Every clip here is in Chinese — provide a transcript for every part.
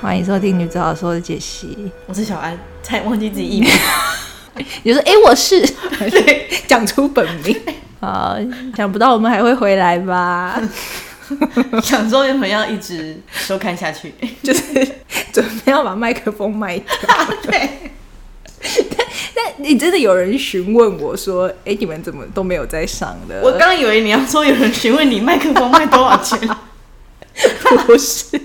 欢迎收听《女子好说》的解析。我是小安，差点忘记自己 艺名。你就说：“哎、我 是。”讲出本名。 啊，想不到我们还会回来 吧？想说为什么要一直收看下 去？就是准备要把麦克风卖 掉。对，但你真的有人询问我说：“哎、你们怎么都没有在上的？”我刚刚以为你要说有人询问你麦克风卖多少钱，不是，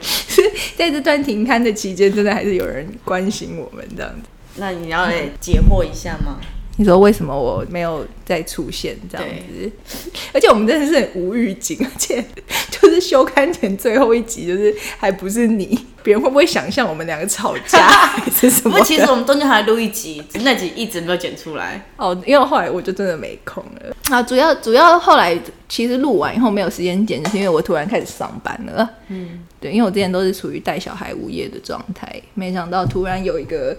是 在这段停刊的期间，真的还是有人关心我们这样子。 那你要来解惑一下 吗？你说为什么我没有再出现这样子？而且我们真的是很无预警，而且就是休刊前最后一集，就是还不是你，别人会不会想象我们两个吵 架还是什不么过的？其实我们中间还录一集，只是那集一直没有剪出来。哦，因为后来我就真的没空了啊。主要主要后来其实录完以后没有时间剪，就是因为我突然开始上班了。嗯，对，因为我之前都是处于带小孩无业的状态，没想到突然有一个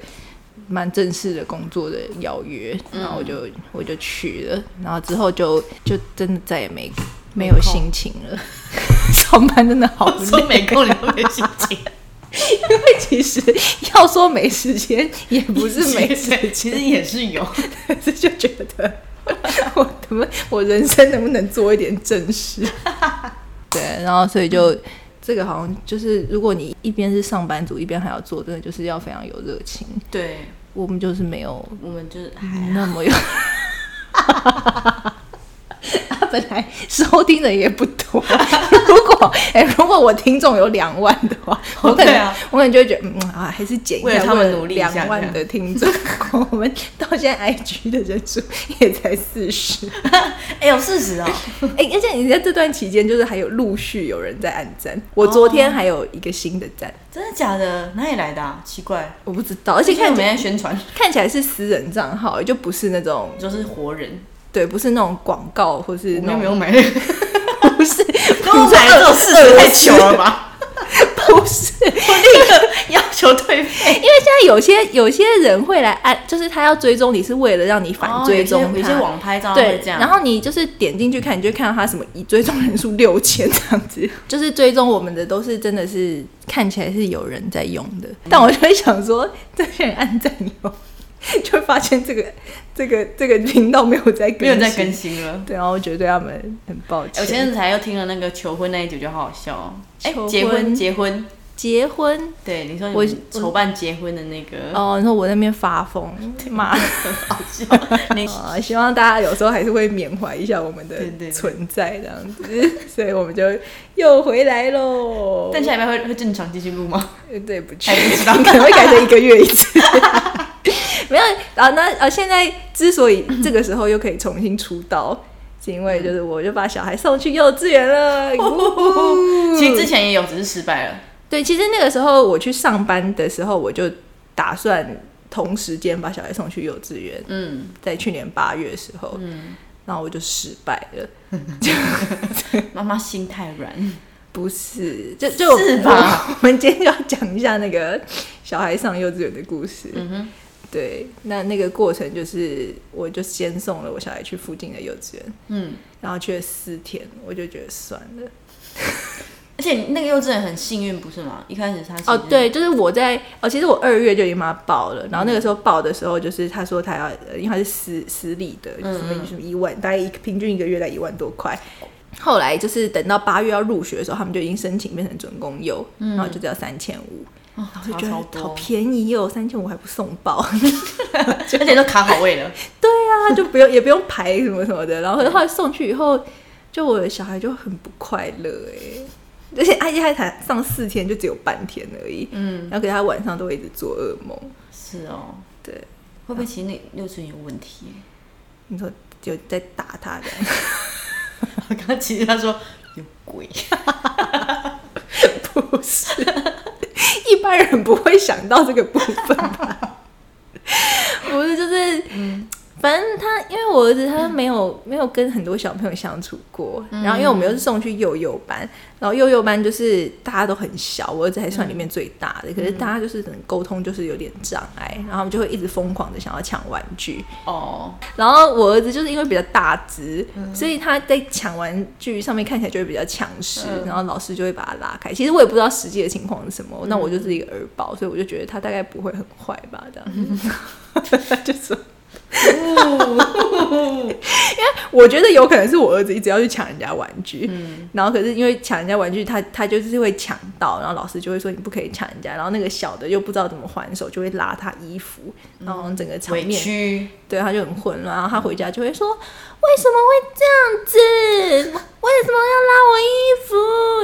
蛮正式的工作的邀约，然后我就、我就去了，然后之后就就真的再也没没有心情了。 上班真的好 我说累，没空，你都没 心情。因为其实要说没时间，也不是没时间，其实也是有。 可是就觉得我怎么我人生能不能做一点正事？对，然后所以就这个好像就是，如果你一边是上班族，一边还要做，真的就是要非常有热情。 对，我们就是没有我们就是那哎么有。他 本来收听的也不多， 如果哎、如果我听众有两万的话，我可能、对啊我可能就会觉得嗯啊，还是减一为了下，他们努力一下啊两万的听众， 我们到现在 IG 的人数也才四 十，哎有事 实哦，哎，而且你在这段期间就是还有陆续有人在按赞，我昨天还有一个新的赞，真的假的？哪里来的啊？奇怪，我不知道，而且哦你看看我起们来在宣传，看起来是私人账号，就不是那种就是活人，对，不是那种广告或是我那们又种没有买那 个。不 是，跟我买的这种事实太糗了吧？不是，我立刻 要求退费。因为现在有些有些人会来按，就是他要追踪你是为了让你反追踪他。有些网拍照对会，这样，然后你就是点进去看，你就会看到他什么已追踪人数六千这样子， 就是追踪我们的都是真的是看起来是有人在用的，但我就会想说，这些人按赞以后，就会发现这个这个这个频道没有在更没新有再更，新了。对，然后我觉得对他们很抱 哎我前歉。阵子才又听了那个求婚那一集，就好好笑哦。哎求，婚结婚结婚，结婚对你说你我们筹办结婚的那个，哦，你说我在那边发疯，妈。很好笑。 你 啊，希望大家有时候还是会缅怀一下我们对对对的存在，这样子，所以我们就又回来喽。但下礼拜会会正常继续 录吗？呃对不去还，不知道可能会改成一个月一次。 没有啊，那啊，现在之所以这个时候又可以重新出道，是因为就是我就把小孩送去幼稚园了。其实之前也有，只是失败了。对，其实那个时候我去上班的时候，我就打算同时间把小孩送去幼稚园。 嗯，在去年八月的时候，嗯，然后我就失败了。妈妈心太软，不是，就就是吧我 我们今天就要讲一下那个小孩上幼稚园的故事。嗯哼，对，那那个过程就是，我就先送了我小孩去附近的幼稚园，嗯，然后去了四天，我就觉得算了。而且那个幼稚园很幸运，不是吗？一开始他哦，，对，就是我在哦，其实我二月就已经把他报了，然后那个时候报的时候，就是他说他要，呃因为他是私私立的，什么什么一万，大概一平均一个月在一万多块。后来就是等到八月要入学的时候，他们就已经申请变成准公幼，然后就只要三千五，哦我就觉差得超好多便宜哦，三千五还不送报， 而且都卡好位了。对啊，就不用也不用排什么什么的。然后后来送去以后，就我的小孩就很不快乐哎， 而且而且他才上四天，就只有半天而已，嗯，然后给他晚上都会一直做噩梦。是哦。对，会不会其实那幼稚园有 问题？ 你说就在打他这样，我刚刚其实他说有鬼，不是， 一般 人不会想到这个部分吧？不是，就是，反正他，因为我儿子他没有没有跟很多小朋友相处过，然后因为我们又是送去幼幼班，然后幼幼班就是大家都很小，我儿子还算里面最大的，可是大家就是可能沟通就是有点障碍，然后他们就会一直疯狂的想要抢玩具，哦，然后我儿子就是因为比较大只，嗯所以他在抢玩具上面看起来就会比较强势，嗯然后老师就会把他拉开。其实我也不知道实际的情况是什么，嗯那我就是一个儿保，所以我就觉得他大概不会很坏吧，这样。 就是，我觉得有可能是我儿子一直要去抢人家玩具，嗯然后可是因为抢人家玩具，他他就是会抢到，然后老师就会说你不可以抢人家，然后那个小的又不知道怎么还手，就会拉他衣服，然后整个场嗯委面屈，对，他就很混乱，然后他回家就会说：“为什么会这样子？为什么要拉我衣服？”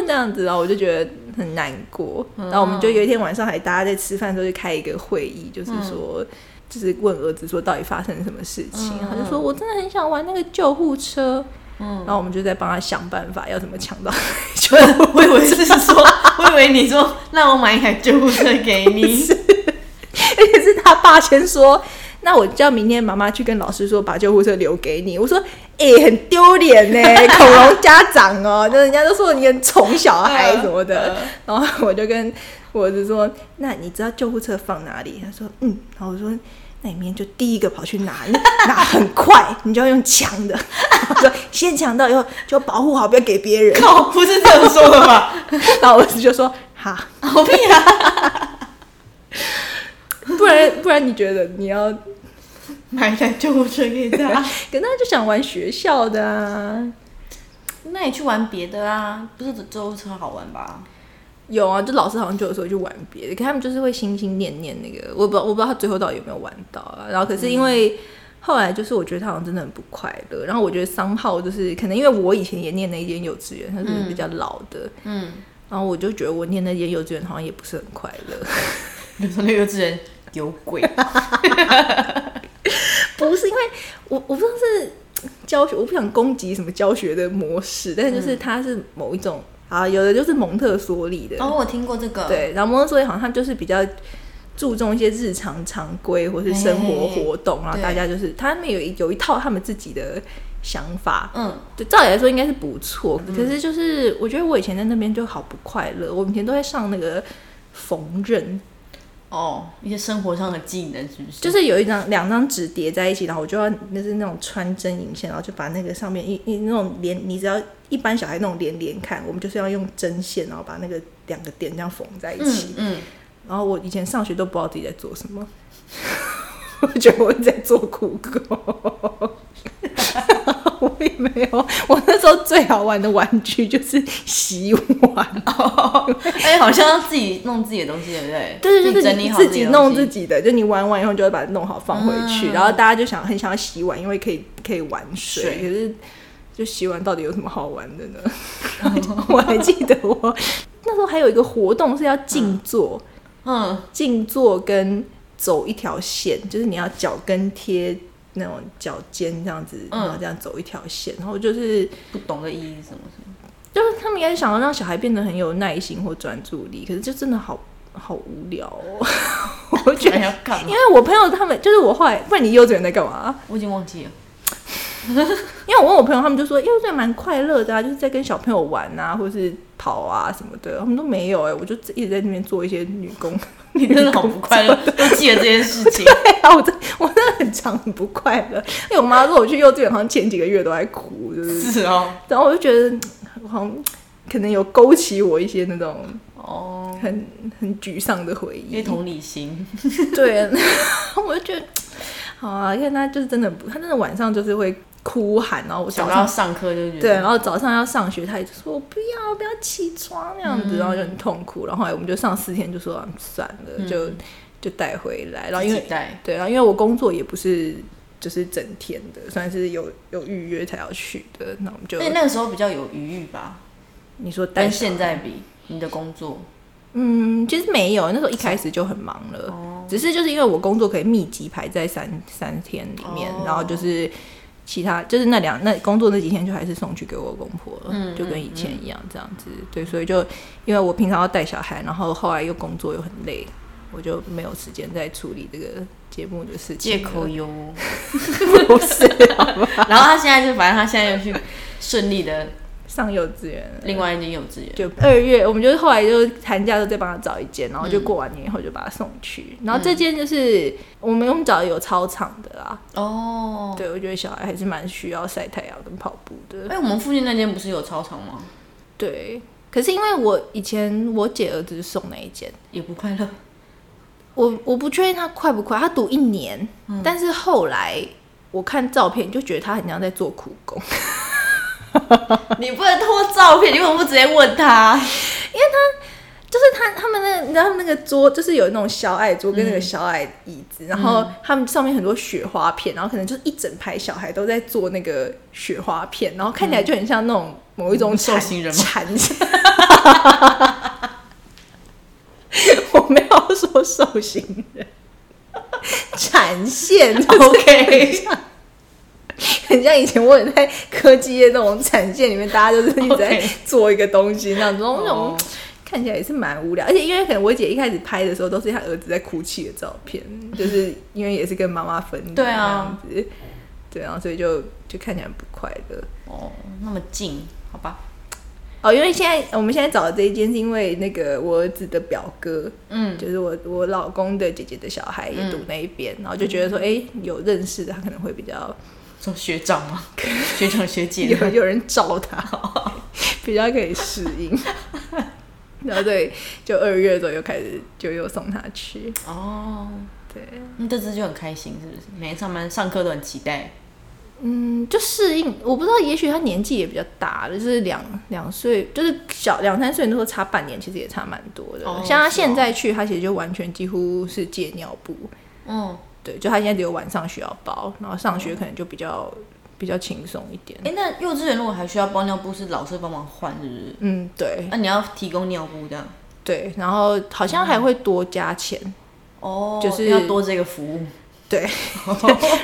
这样子，然后我就觉得很难过。嗯然后我们就有一天晚上还大家在吃饭的时候就开一个会议，就是说。就是问儿子说到底发生什么事情，嗯他就说我真的很想玩那个救护车，嗯然后我们就在帮他想办法要怎么抢到 就我以为是说， 我以为你说让我买一台救护车 给你， 而且是他爸先说，那我叫明天妈妈去跟老师说，把救护车留给你。我说，哎、很丢脸呢， 恐龙家长哦，就人家都说你很宠小孩什么的。然后我就跟我儿子说，那你知道救护车放哪里？他说，嗯。然后我说。那你明天就第一个跑去拿，拿很快，你就要用抢的。我说先抢到以后就保护好，不要给别人。 靠，不是这样说的吧？然后我儿子就说：“哈， 好屁啊！不然不然你觉得你要？ 买一台救护车给他，可那就想玩学校的啊。” 那你去玩别的啊，不是救护车好玩吧？有啊，就老师好像就有时候去玩别的，可他们就是会心心念念那个，我不知道我不知道他最后到底有没有玩到啊。然后可是因嗯为后来就是我觉得他好像真的很不快乐，然后我觉得商号就是可能因为我以前也念那间幼稚园，它是比较老的，嗯，然后我就觉得我念那间幼稚园好像也不是很快乐， 你说那个幼稚园有鬼，不是因为我我不知道是教学，我不想攻击什么教学的模式，但是嗯就是它是某一种啊，有的就是蒙特梭利的， 哦，我听过这个，，对，然后摩托车好像它就是比较注重一些日常常规或是生活活动，然后大家就是他们有一有一套他们自己的想法。嗯，对，照理来说应该是不错，可是就是我觉得我以前在那边就好不快乐，我以前都在上那个缝纫，哦，一些生活上的技能是不是？就是有一张两张纸叠在一起，然后我就要就是那种穿针引线，然后就把那个上面一一那种连，你只要一般小孩那种连连看，我们就是要用针线，然后把那个两个点这样缝在一起。嗯嗯，然后我以前上学都不知道自己在做什么， 我觉得我在做苦工。 我也没有，我那时候最好玩的玩具就是洗碗，哎，好像要自己弄自己的东西，对不对？对对自对，己整理好自己弄自自己己的，就你玩完以后你就会把它弄好放回去，嗯然后大家就想很想要洗碗，因为可以可以玩水，水可是就洗碗到底有什么好玩的 呢？我还记得我那时候还有一个活动是要静坐，的东西，嗯，静坐跟走一条线，就是你要脚跟贴那种脚尖这样子，嗯然后这样走一条线，然后就是不懂的意义是什么什么，就是他们应该是想要让小孩变得很有耐心或专注力，可是就真的好好无聊哦， 我觉哎得。要干因嘛？为我朋友他们就是我后来，不然你幼稚园在干嘛？我已经忘记了，因为我问我朋友，他们就说哎幼稚园蛮快乐的啊，就是在跟小朋友玩啊，或是跑啊什么的，他们都没有哎、我就一直在那边做一些女工。 你 真的好不快乐，都记得这件事 情。对啊，我真我真的很常很不快乐。因为我妈说我去幼稚园好像前几个月都在哭，就是，是哦，然后我就觉得嗯我好像可能有勾起我一些那种哦，很很沮丧的回因为 忆。同理心，啊对， 我就觉得好啊，因为她就是真的不，她真的晚上就是会哭喊，然后我想早到上。上课就觉得对，然后早上要上学，她也就说我不要，我不要起床那样子，然后就嗯很痛苦。然后后来我们就上四天，就说、啊算了，就就带回来。然后因为自己带对，啊然后因为我工作也不是就是整天的，算是有有预约才要去的。那我们就而且那个时候比较有余裕吧，你说跟单现在比，你的工作嗯，其实没有，那时候一开始就很忙了，哦只是就是因为我工作可以密集排在三三天里面，哦然后就是其他就是那两那工作那几天就还是送去给我公婆了，嗯就跟以前一样这样子。对，所以就因为我平常要带小孩，然后后来又工作又很累，我就没有时间再处理这个节目的事借情了，口 油。不是好吧 然后他现在就，反正他现在又去顺利的上幼稚园了。另外一间幼稚园。就二月，我们就是后来就寒假都再帮他找一间，然后就过完年以后就把他送去。然后这间就是我们用找有操场的啦，哦，对我觉得小孩还是蛮需要晒太阳跟跑步的。哎，我们附近那间不是有操场吗？对，可是因为我以前我姐儿子就送那一间，也不快 乐。我我不确定他快不快，他读一年，但是后来我看照片就觉得他很像在做苦工，你不能拖照片，你为什么不直接问他？就是他他们那个你知道他们那个桌就是有那种小矮桌跟那个小矮椅子，然后嗯他们上面很多雪花片，然后可能就是一整排小孩都在做那个雪花片，然后看起来就很像那种某一种嗯受产刑人吗产 我没有说受刑人，产线 OK 很像以前我也在科技业那种产线里面，大家就是一直在 OK 做一个东西那种，那种哦看起来也是蛮无聊。而且因为可能我姐一开始拍的时候都是她儿子在哭泣的照片，就是因为也是跟妈妈分离对啊那样子，对啊，然后所以就就看起来很不快乐。哦，那么近，好吧。哦，因为现在我们现在找的这一间是因为那个我儿子的表哥，嗯，就是我我老公的姐姐的小孩也读那一边，然后就觉嗯得说，哎、有认识的他可能会比较做学长 吗？学长学姐有 的。有人罩他， 比较可以适 应。然后对，就二月左右开始就又送他去，哦，对，那这次就很开心，是不是？每天上班上课都很期待。嗯，就适应。我不知道，也许他年纪也比较大了，就是两两岁，就是小两三岁，你说差半年，其实也差蛮多的。哦像他是现哦在去，他其实就完全几乎是戒尿布，嗯，对，就他现在只有晚上需要包，然后上学可能就比较、比较轻松一点。哎、那幼稚园如果还需要包尿布，是老师帮忙换，是不是？啊嗯，对那、你要提供尿布这样？对，然后好像还会多加钱。哦就是要多这个服务。 对，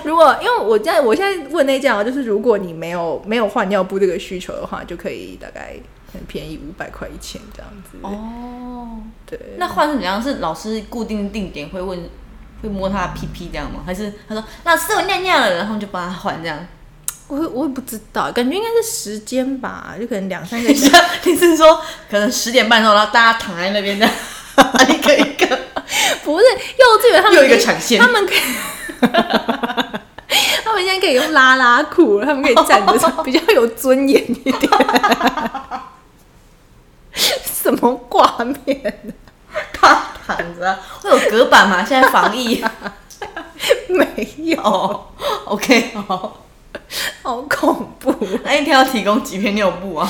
如果因为我在我现在问那家哦，就是如果你没有没有换尿布这个需求的话，就可以大概很便宜五百块一千这样子。哦，对，那换是怎样？是老师固定定点会问，会摸他的屁屁这样吗？还是他说老师我尿尿了，然后就帮他换这样？ 我我也不知道，感觉应该是时间吧，就可能两三个你小是你是说可能十点半的时候，然后大家躺在那 边的，一个一个， 不是幼稚园他们又一个产线他们可以。 他们现在可以用拉拉裤了，他们可以站 着，比较有尊严一 点。什么挂面？他躺着啊，会有隔板吗？现在防疫没有，哦，OK 好，好恐怖。啊那一天要提供几片尿布啊？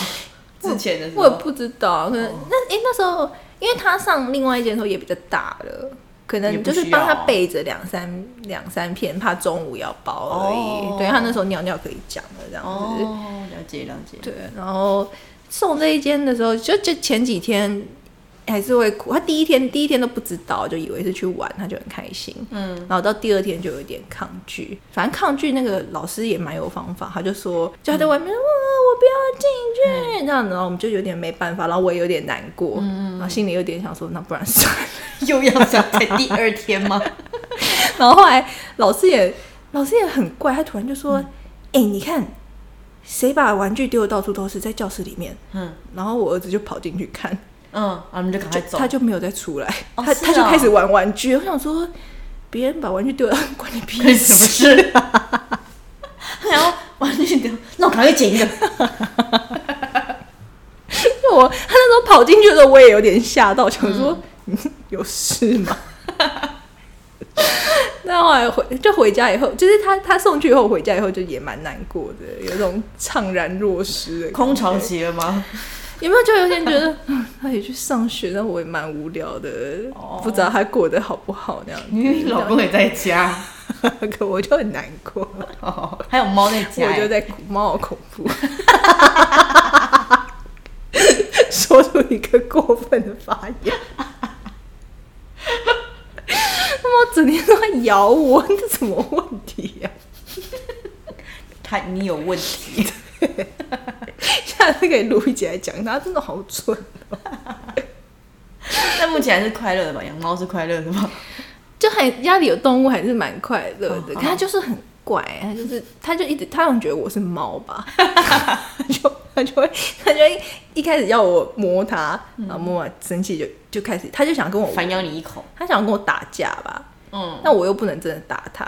之前的时我也候，不知道，可能、哦那诶、那时候，因为他上另外一间的时候也比较大了，可也能不就是需帮他要备着两三两三片，怕中午要包而已。哦对他那时候尿尿可以讲了这样子。哦，了解了解，对，然后送这一间的时候，就就前几天还是会哭。他第一天第一天都不知道，就以为是去玩，他就很开心。嗯，然后到第二天就有点抗拒，反正抗拒那个老师也蛮有方法，他就说，就他在外面说，哇，我不要进去，这样，然后我们就有点没办法，然后我也有点难过，然后心里有点想说，那不然算了。 又要想在第二天吗？然后后来老师也老师也很怪，他突然就说，哎、你看谁把玩具丢的到处都是，在教室里面。 嗯然后我儿子就跑进去看，嗯，然后我们就赶快走他。就没有再出来，哦他是他就哦开始玩玩具。我想说，别人把玩具丢了，关你屁 关你什么事？ 事？然后玩具丢，那我赶快捡一个。因为我他那时候跑进去的时候，我也有点吓到，想说、嗯有事 吗？那后来回就回家以后，就是他他送去以后回家以后就也蛮难过的，有种怅然若失的感觉空巢期了吗？ 有没有就有点觉得嗯他也去上学，但我也蛮无聊的，哦不知道他过得好不好那样子。因为老公也在家， 可我就很难过。哦，还有猫在家。我就在哭猫好恐 怖，说出一个过分的发言。那猫整天都在咬我，这什么问题啊呀、他，你有问题。下次可以录一集来讲它，真的好蠢。那目前还是快乐的吧？养猫是快乐的吧？就很家里有动物还是蛮快乐哦的，哦可它就是很怪，它就是它就一直它总觉得我是猫 吧，就它就会它就会一开始要我摸它，然后摸完生气就就开始，它就想跟我反咬你一口，它想跟我打架吧，嗯，那我又不能真的打它，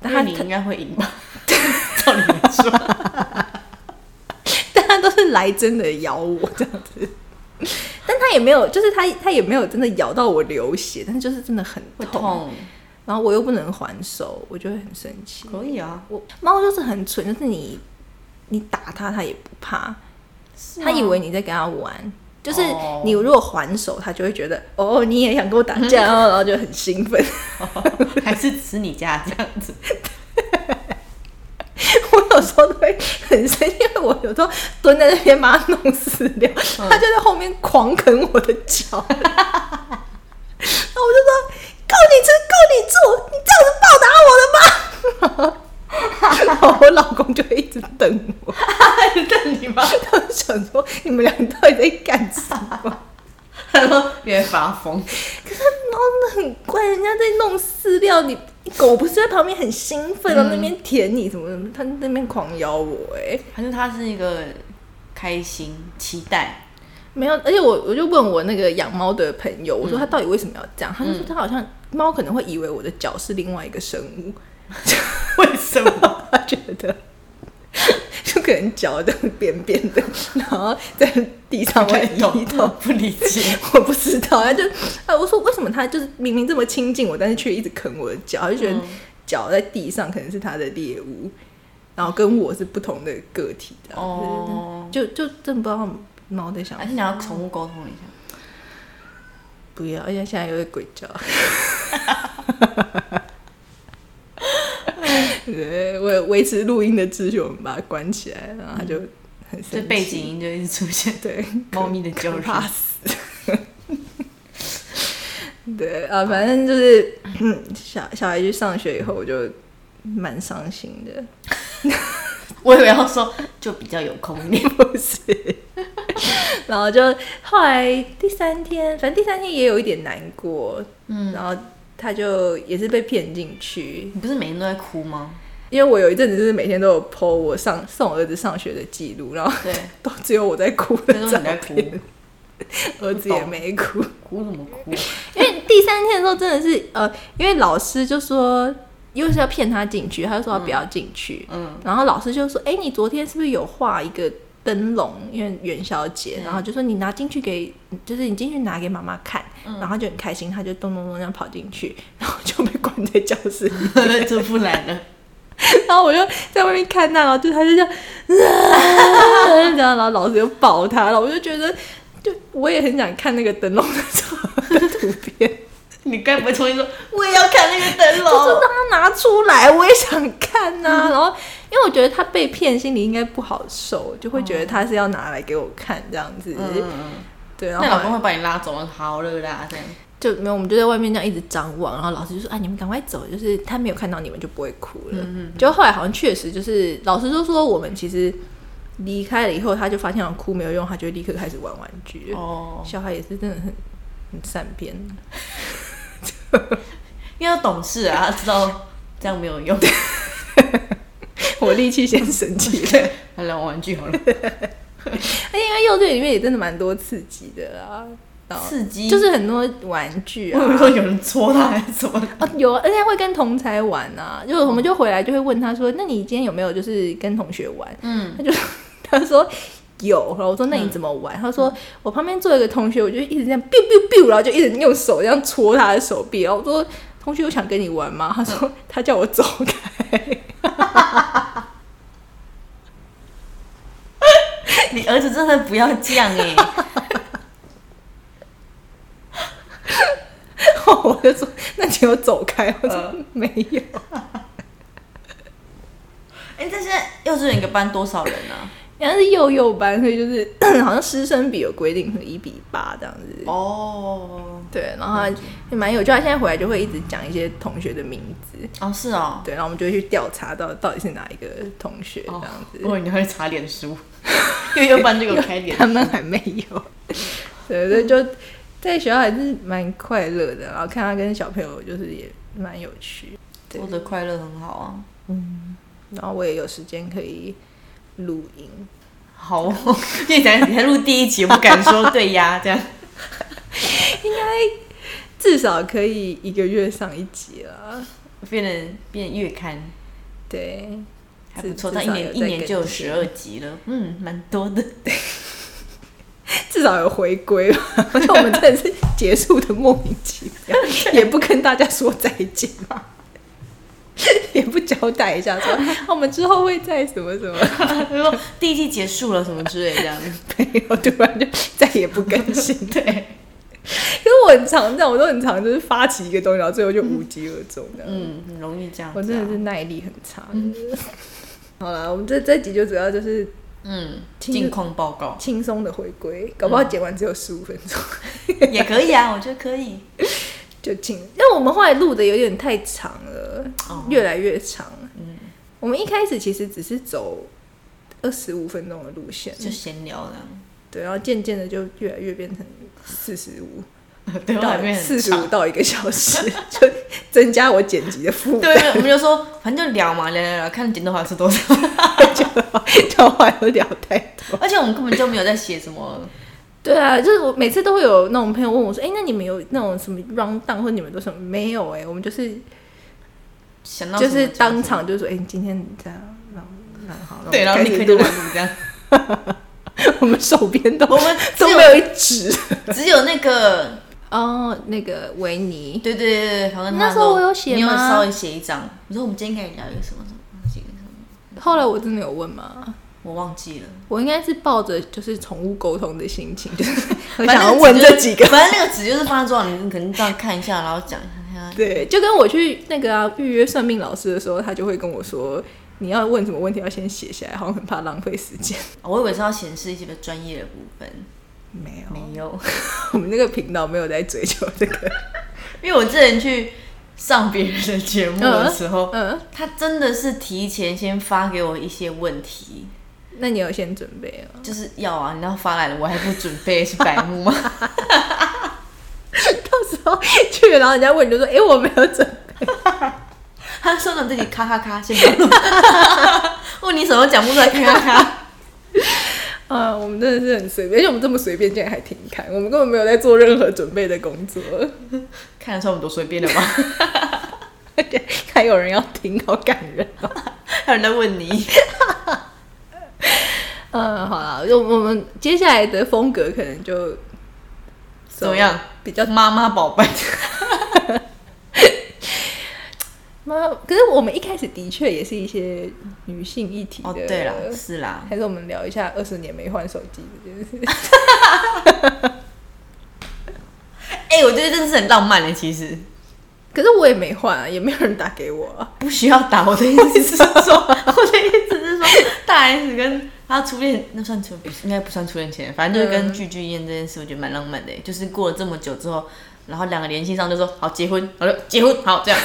但那它你应该会赢吧？ 照你来说， 但它都是来真的咬我这样子。 但它也没有，就是它它也没有真的咬到我流血，但是就是真的很会痛，痛，然后我又不能还手，我就会很生气。可以啊，我猫就是很蠢，就是你你打它，它也不怕，它以为你在跟它玩。就是哦你如果还手，它就会觉得哦，你也想跟我打架哦，然后就很兴奋。 还是只是你家这样 子， 我有时候都会很生气，因为我有时候蹲在那边把它弄死掉，它就在后面狂啃我的脚。 然后我就说：“够你吃，够你住，你这样子报答我了吗？” 然后我老公就会一直瞪我。瞪你吗？他就想说你们俩到底在干什么？他说别发疯，可是猫真的很怪，人家在弄饲料，你狗不是在旁边很兴奋，然后那边舔你什么什么，它那边狂咬我哎、反正他是一个开心、期待，没有，而且我我就问我那个养猫的朋嗯友，我说他到底为什么要这样？他就说他好像猫可能会以为我的脚是另外一个生物， 为什 么？他觉得。就可能脚这样扁扁的， 然后在地上会移动，不理 解， 我不知道，他就啊，我说为什么他就是明明这么亲近我，但是却一直啃我的脚，他就嗯觉得脚在地上可能是他的猎物，然后跟我是不同的个体的，哦就就真的不知道猫在想还是你要宠物沟通一下，不要，而且现在又是鬼叫。对，我维持录音的秩序，我们把它关起来，然后它就很生这气背景音就一直出现对 猫咪的叫可声怕， 死。对啊，反正就是、嗯、小小孩去上学以后，我就蛮伤心的。 我以为要说就比较有空一点，不是，然后就后来第三天，反正第三天也有一点难过，嗯，然后他就也是被骗进去，你不是每天都在哭吗？因为我有一阵子就是每天都有 PO 我上送我儿子上学的记录，然后 对，都只有我在哭的他说照你 在哭，片，儿子也没哭。哭什么哭？ 因为第三天的时候真的是呃，因为老师就说又是要骗他进去，他就说他不要进去，嗯，然后老师就说：“哎、你昨天是不是有画一个灯笼？因为元宵节，嗯然后就说你拿进去给，就是你进去拿给妈妈看，嗯然后他就很开心，他就咚咚咚这样跑进去，然后就被关在教室里，出不来了，然后我就在外面看他，然后就他就这样，啊然后然后老师就抱他，然后我就觉得，就我也很想看那个灯笼的照的图片， 你该不会重新说我也要看那个灯就是笼？让他拿出来，我也想看呐、然后，因为我觉得他被骗，心里应该不好受，就会觉得他是要拿来给我看这样子。嗯嗯嗯，对，然那老公后会把你拉走吗，好了啦，这样。就没有，我们就在外面这样一直张望。然后老师就说：“啊，你们赶快走，就是他没有看到你们就不会哭嗯了。就后来好像确实就是老师就说我们其实离开了以后，他就发现好像哭没有用，他就立刻开始玩玩具。哦，小孩也是真的很很善变。 因为要懂事啊，知道这样没有用，我力气先生气了。 还聊玩具好了，而且因为幼稚园里面也真的蛮多刺激的啊啦，然后 刺激就是很多玩具我啊，以为说有人戳他还是什么，啊有啊，而且会跟同才玩啊，就哦我们就回来就会问他说，那你今天有没有就是跟同学玩？嗯，他就他说。有，然后我说那你怎么玩？他说我旁边坐一个同学，我就一直这样 biu biu biu，然后就一直用手这样戳他的手臂。然后我说同学，我想跟你玩吗？他嗯说他叫我走开。 你儿子真的不要这样哎、我就说那你有走开？我说嗯 没有。 哎、但现在幼稚园一个班多少人啊？人家是幼幼班，所以就是 好像师生比有规定，可能一比八这样子。哦，对，然后他也蛮有趣，他现在回来就会一直讲一些同学的名字，哦是哦，对，然后我们就会去调查到到底是哪一个同学这哦样子。我以为你会查脸书， 因为幼班就有开 脸他们还没有，对，所以就在学校还是蛮快乐的，然后看他跟小朋友就是也蛮有趣。对过，得快乐很好啊。然后我也有时间可以录音，好哦， 跟你讲，你才录第一集，我不敢说对呀，这样至少可以一个月上一集了。变成变月刊对，还不错，至但一至少有年在一年就有更十新二集了，嗯，蛮多的。 至少有回归吧。而且我们真的是结束的莫名其妙，也不跟大家说再见嘛，也不交代一下说啊我们之后会再什么什么，他说第一季结束了什么之类这样子，没有，突然就再也不更新。对，可是我很常这样，我都很常就是发起一个东西，然后最后就无疾而终的。 嗯，很容易这样子我啊。真的是耐力很差。好啦，我们这这集就主要就是嗯，听近况报告轻松的回归，搞不好剪完只有十五分钟。也可以啊，我觉得可以。就进，因为我们后来录的有点太长了，哦越来越长。嗯我们一开始其实只是走二十五分钟的路线，就闲聊这样。 对，然后渐渐的就越来越变成四十五对，我还到没很四十五长。到一个小 时，就增加我剪辑的负担，对，我们就说，反正就聊嘛，聊聊聊，看剪头发是 多少。就就话都聊太多。而且我们根本就没有在写什么，对啊，就是我每次都会有那种朋友问我说：“哎、那你们有那种什么 round down 或者你们都什么？”没有哎、我们就是想到什就么是讲什当么场就说：“哎、你今天这样，然后然后好，对，然后开始立刻就录完录这样。 我们手边都我们只都有没有一纸。只有那个，哦，那个维尼，对对对对，好像那时候我有写你有吗稍微写一张。我说我们今天可以聊一个什么什么东西，什么后来我真的有问吗？我忘记了。我应该是抱着就是宠物沟通的心情，就是 很反正想要问这几个。反正那个纸就是放在桌上，你可能这样看一下，然后讲一下。对，就跟我去那个啊预约算命老师的时候，他就会跟我说，你要问什么问题要先写下来，好像很怕浪费时间。我以为是要显示一些专业的部分，哦没有，没有，我们这个频道没有在追求这 个。 因为我之前去上别人的节目的时候，嗯，他真的是提前先发给我一些问题，那你有先准备吗？就是要啊，你知道发来了，我还不准备是白目吗？ 到时候去，然后人家问你就说，哎、我没有准备。他说呢，自己咔咔咔，先不要录。 问你什么讲不出来，咔咔咔。啊，我们真的是很随便，而且我们这么随便，竟然还停刊，我们根本没有在做任何准备的工作，看得出来我们多随便了吧？而且 还有人要听，好感人哦。 还有人在问你， 嗯，好了，就我们接下来的风格可能就怎么样？比较妈妈宝 贝，妈，可是我们一开始的确也是一些女性议题的。哦，对啦，是啦，还是我们聊一下二十年没换手机这件事。哎、我觉得真的是很浪漫的，其实可是我也没换啊，也没有人打给我、啊。不需要打。我的意思是说， 我的意思是说，大 S 跟她初恋，那算初应该不算初恋前，反正就是跟具俊彦这件事，我觉得蛮浪漫的。欸就是过了这么久之后，然后两个联系上就说好结婚，好了结婚，好这样。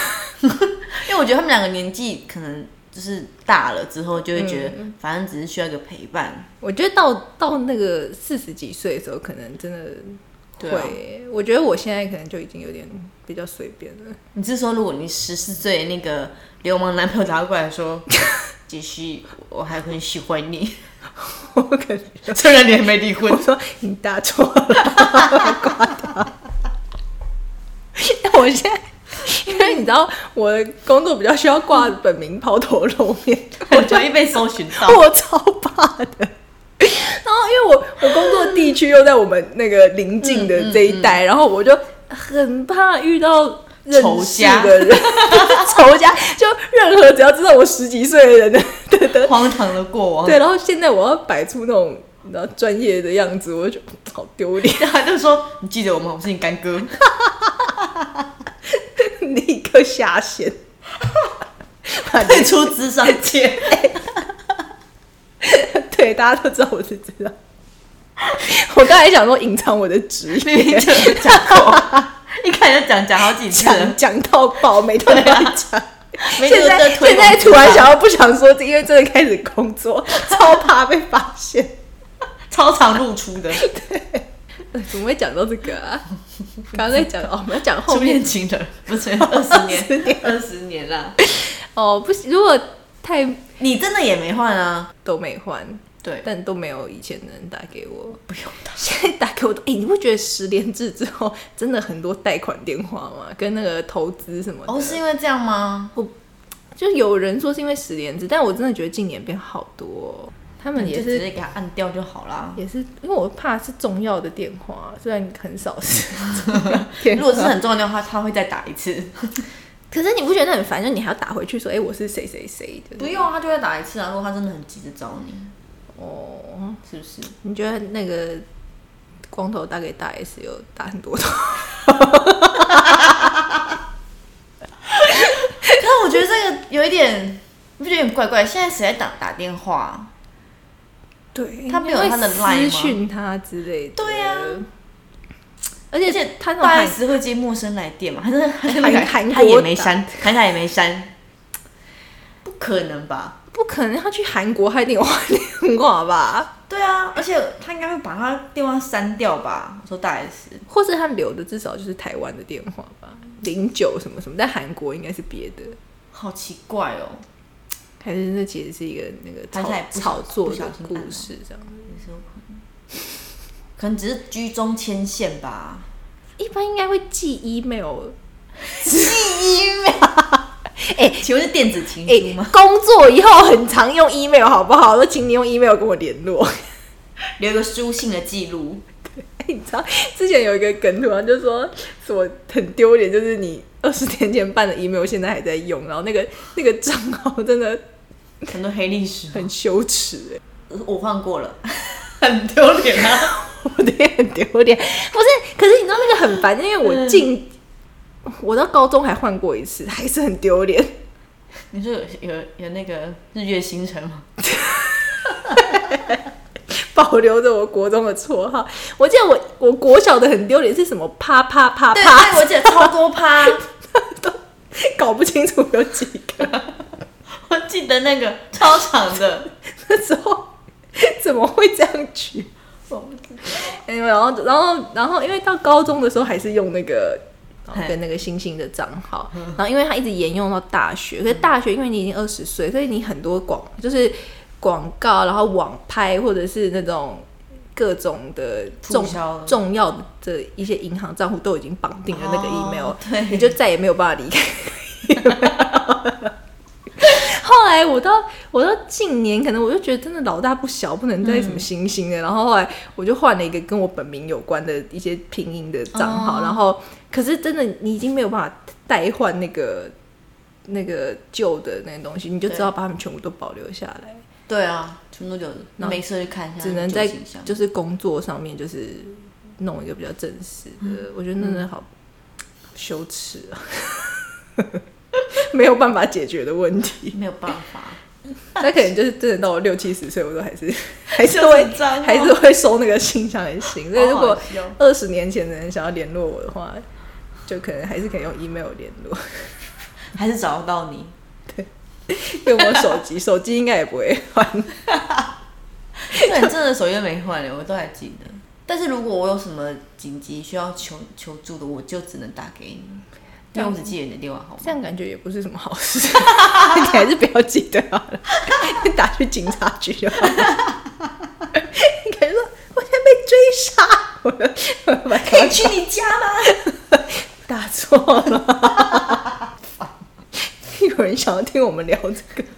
因为我觉得他们两个年纪可能就是大了之后，就会觉得反正只是需要一个陪伴。我觉得到到那个四十几岁的时候，可能真的对会。啊我觉得我现在可能就已经有点比较随便了。 你是说，如果你十四岁那个流氓男朋友打过来说， 继续，我还很喜欢你。我可能就 虽然你还没离婚我，说你打错了，挂掉。但 我现在。因为你知道我的工作比较需要挂本名抛头露面， 我就会被搜寻 到。我超怕的。 然后因为我我工作地区又在我们那个邻近的这一带，然后我就很怕遇到认识的人， 仇家就任何只要知道我十几岁的人 的的的，荒唐的过往，对。然后现在我要摆出那种你知道专业的样子，我就觉得好丢脸， 然后他就说：“你记得我吗？我是你干 哥。立刻下线。”退出智 商界， 对，大家都知道我是知道。 我刚才想说隐藏我的职明明 业，就有讲过， 一开始就讲讲好几次讲 了，讲到爆，每天都要讲。没现有在在推现广在智突然商想要不想说，因为真的开始 工作，超怕被发现。超常露出的，哎怎么会讲到这个啊？刚刚在讲哦，我们要讲后 初面恋情人，不是 二十年，二十年啦。哦，不行，如果太你真的也没换啊？都没换，对，但都没有以前的人打给我，不用打，现在打给我都，哎、你不觉得十连制之后真的很多贷款电话吗？跟那个投资什么的，哦，是因为这样吗？就有人说是因为十连制，但我真的觉得近年变好多哦、他们你也就是直接给他按掉就好啦。也是因为我怕是重要的电话，虽然很少是重要的 电如话。果是很重要的话，他会再打一次。可是你不觉得很烦？就你还要打回去说，哎、我是谁谁谁的不用，他就会打一次啊。如果他真的很急着找你，哦？是不是？你觉得那个光头打给大 S 有打很多通？但我觉得这个有一点，你不觉得有点怪怪？现在谁在打打电话啊、 对他没有他的 line 吗私讯他之类的。对啊而且他那大种 S 会接陌生来电嘛？还是还是韩韩他也国没打删，韩他也没删，不可能吧？不可能，他去韩国还电话电话 吧？对啊，而且他应该会把他电话删掉吧？我说大 S，或是他留的至少就是台湾的电话吧，零九什么什么，但韩国应该是别的，好奇怪哦。还是那其实是一个那个还是还炒不小炒作不小的心按啊故了事这样。也是有可能，可能只是居中牵线吧。一般应该会寄 email，请问是电子情哎、书吗？工作以后很常用 email 好不好？都请你用 email 跟我联络。 留一个书信的记录。哎你知道之前有一个梗图，然后就说什么很丢脸，就是你二十年前办的 email 现在还在用，然后那个那个账号真的很多黑历史哦，很羞耻、哎，我换过了， 很丢脸啊！ 我的也很丢脸。不是，可是你知道那个很烦，因为我进、我到高中还换过一次，还是很丢脸。你说有有有那个日月星辰吗？保留着我国中的绰号， 我记得我我国小的很丢脸是什么啪啪啪 对啪，对，我姐超多趴， 搞不清楚有几个。 我记得那个超长的， 那时候 怎么会这样取？我不知道哎，然后，然后，然后，因为到高中的时候还是用那个然后嘿跟那个星星的账号，然后因为它一直沿用到大学，可是大学因为你已经二十岁，所以你很多广就是广告，然后网拍或者是那种各种的重促销重要的一些银行账户都已经绑定了那个 email，、哦对你就再也没有办法离 开。后来我到我到近年，可能我就觉得真的老大不小，不能再什么星星嗯的。然后后来我就换了一个跟我本名有关的一些拼音的账号，哦然后可是真的你已经没有办法代换那个那个旧的那个东西，你就对只好把它们全部都保留下来，对啊，全部都有，那没事就看一下，只能在旧信箱就是工作上面就是弄一个比较正式嗯的。我觉得那真的好羞耻啊， 没有办法解决的问题。 没有办法，那可能就是真的到我六七十岁，我都还 是还是就会很脏哦还是会收那个信箱的信。所以如好果好笑二十年前的人想要联络我的话，就可能还是可以用 email 联络， 还是找得到你，用我手机，手机应该也不会换。 对，真的手机都没换，我都还记得。但是如果我有什么紧急需要求求助的，我就只能打给你，因为我只记得你的电话号码。这样感觉也不是什么好事，你还是不要记得好了，你打去警察局就好了。 你可能说我现在被追杀，我我可以去你家吗？ 打错了。 有人想要听我们聊这个？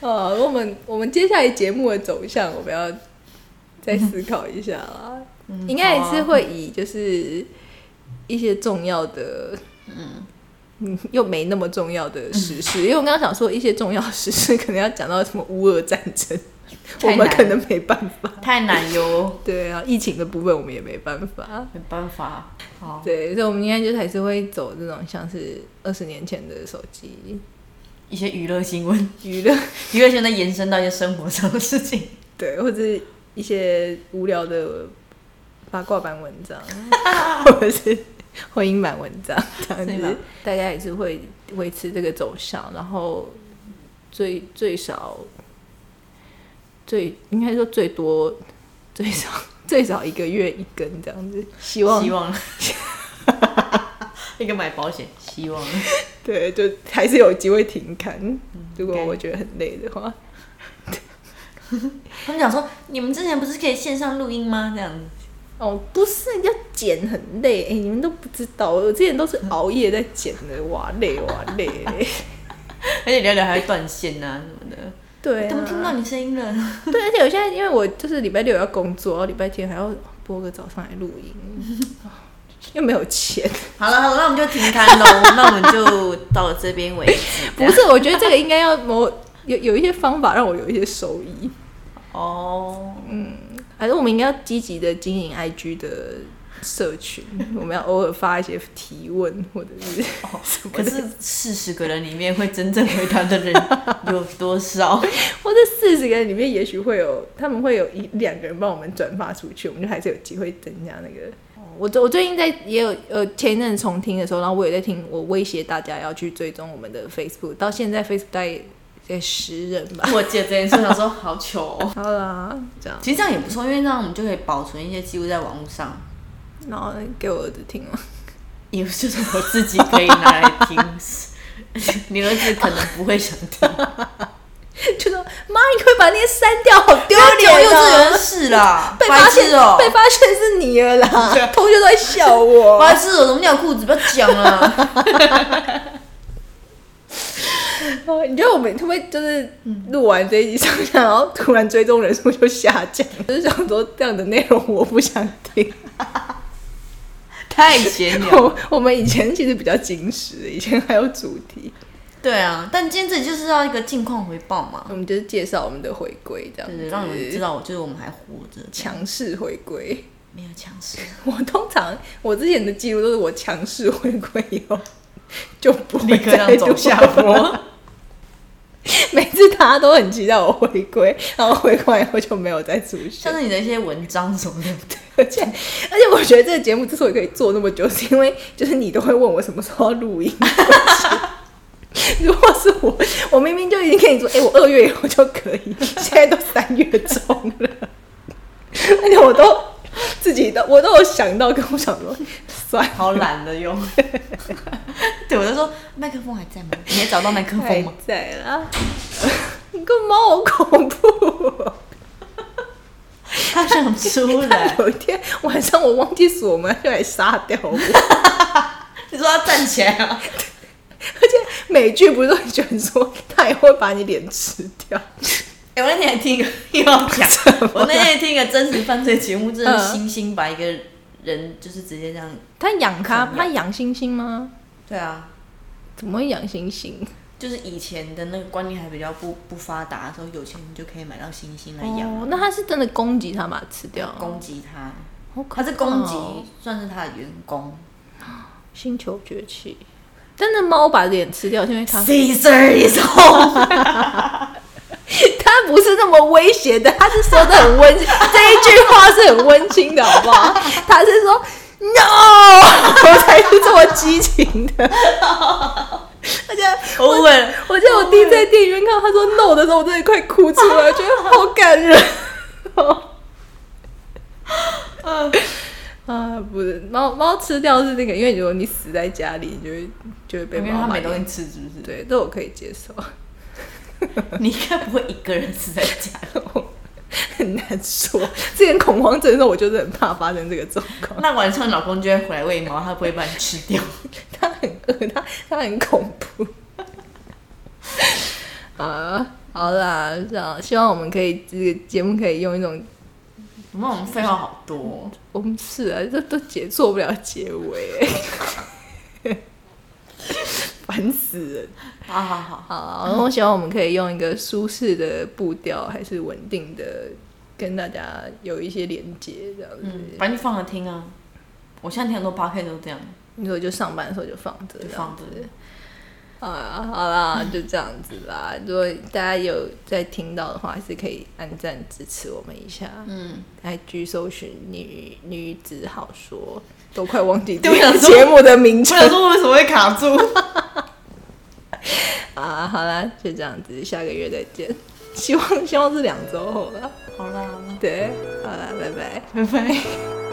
呃，我们我们接下来节目的走向，我们要再思考一下啦。应该也是会以就是一些重要的，嗯又没那么重要的时事，因为我刚刚想说一些重要的时事，可能要讲到什么乌俄战争，我太难们可能没办法。 太难哟，对啊，疫情的部分我们也没办法。没办法。好，对，所以我们应该就是还是会走这种像是二十年前的手机一些娱乐新闻，娱 乐，娱乐新闻再延伸到一些生活上的事情。对，或者是一些无聊的八卦版文 章，或者是婚姻版文章这样是吗子，大家也是会维持这个走向，然后最最少最应该说最多最少 最少一个月一根这样子，希望希望 那个买保险，希望对，就还是有机会停刊。如果嗯该我觉得很累的话，他们讲说，你们之前不是可以线上录音吗？这样子，哦，不是要剪很累，哎、你们都不知道，我之前都是熬夜在剪的，哇累哇累。而且聊聊还会断线啊什么的，对、啊，怎么听不到你声音了？对，而且我现在因为我就是礼拜六要工作，然后礼拜天还要播个早上来录音，又没有钱。好了好了，那我们就停刊 喽，那我们就到这边为止。不是，我觉得这个应该要某有有一些方法让我有一些收益，哦，还是我们应该要积极的经营 IG 的社群，我们要偶尔发一些提问或者是什么可的，是四十个人里面会真正回答的人有多少？或者四十个人里面也许会有他们会有一两个人帮我们转发出去，我们就还是有机会增加那个。哦我最我最近在也有呃前一阵重听的时候，然后我也在听，我威胁大家要去追踪我们的 Facebook，到现在 Facebook 大概在十人吧。 我姐这件事，我想说好糗、哦。好啦，这样，其实这样也不错，因为这样我们就可以保存一些记录在网络上，然后给我儿子听哦了。也就是我自己可以拿来听。你儿子可能不会想听， 就说妈，你可以把那些删掉，好丢幼脸稚园啊！是啦，被发现哦、被发现是你 了啦，同学都在笑我。白痴哦，怎么尿裤子？不要讲了。你觉得我们会不会就是录完这一集上架，然后突然追踪人数就下降？ 就是想说这样的内容我不想听。太闲聊。我我们以前其实比较矜持，以前还有主题，对啊，但今天这里就是要一个近况回报嘛，我们就是介绍我们的回归，这样就子是让你们知道，我就是我们还活着，强势回归。没有强势。我通常我之前的记录都是我强势回归以 后就不会立刻让再走录下了坡。 每次大家都很期待我回归，然后回归完以后就没有再出现像。是你的一些文章什么的， 而且而且我觉得这个节目之所以可以做那么久，是因为就是你都会问我什么时候要录音。 如果是我，我明明就已经跟你说，哎、我二月以后就可以，现在都三月中了， 而且我都自己都我都有想到跟我想说，算了，好懒得用。对，我就说麦克风还在吗？你还找到麦克风太吗？在了， 你个猫好恐怖、哦！他想出他 来。有一天晚上我忘记锁门，他就来杀掉我。你说他站起来啊？ 而且美剧不是都很喜欢说他也会把你脸吃掉？ 哎、我那天还听一个又 要讲， 我那天嗯还听一个真实犯罪节目，真的是星星把一个人就是直接这样，他养咖他养星星吗？对啊，怎么会养星星？就是以前的那个观念还比较不不发达的时候，有钱人就可以买到星星来养，哦，那他是真的攻击他把它吃掉？攻击他，好可怕他哦是攻击，算是他的员工。星球崛 起。但那猫把脸吃掉，是因为 它 Caesar is home，它不是那么威胁的，它是说的很温馨， 这一句话是很温馨的，好不 好？它是说 no，我 才是这么激情的。而且 我问 了，我记得我第一次在电影院看到他说 no 的时候，我真的快哭出来，觉得好感 人。嗯啊，不是，猫猫吃掉是那个，因为如果你死在家里，你就会就会被因为猫他买没。东西吃，是不是？对，这我可以接受， 你应该不会一个人死在家里。很难说。之前恐慌症的时候，我就是很怕发生这个状况。 那晚上老公就会回来喂猫，他不会把你吃掉。他很饿，他他很恐怖。 啊，好啦，这样希望我们可以这个节目可以用一种，怎 么我们废话好多、哦？我们是啊，这都结做不了结尾、 烦死人。好好好，好，然后我希望我们可以用一个舒适的步调，还是稳定的跟大家有一些连接，这样子。嗯，反正就放着听啊。我现在听很多 p o c a s t 都这样，你说就上班的时候就放着，就这样放子着。。啊，好啦，就这样子啦。如果大家有在听到的话，还是可以按赞支持我们一下。嗯， IG 搜寻女女子好说，都快忘记这对我想个说节目的名称 我想说为什么会卡住？啊。好啦，就这样子，下个月再见。希望希望是两周后啦。好啦好啦。对，好了，拜拜。拜拜。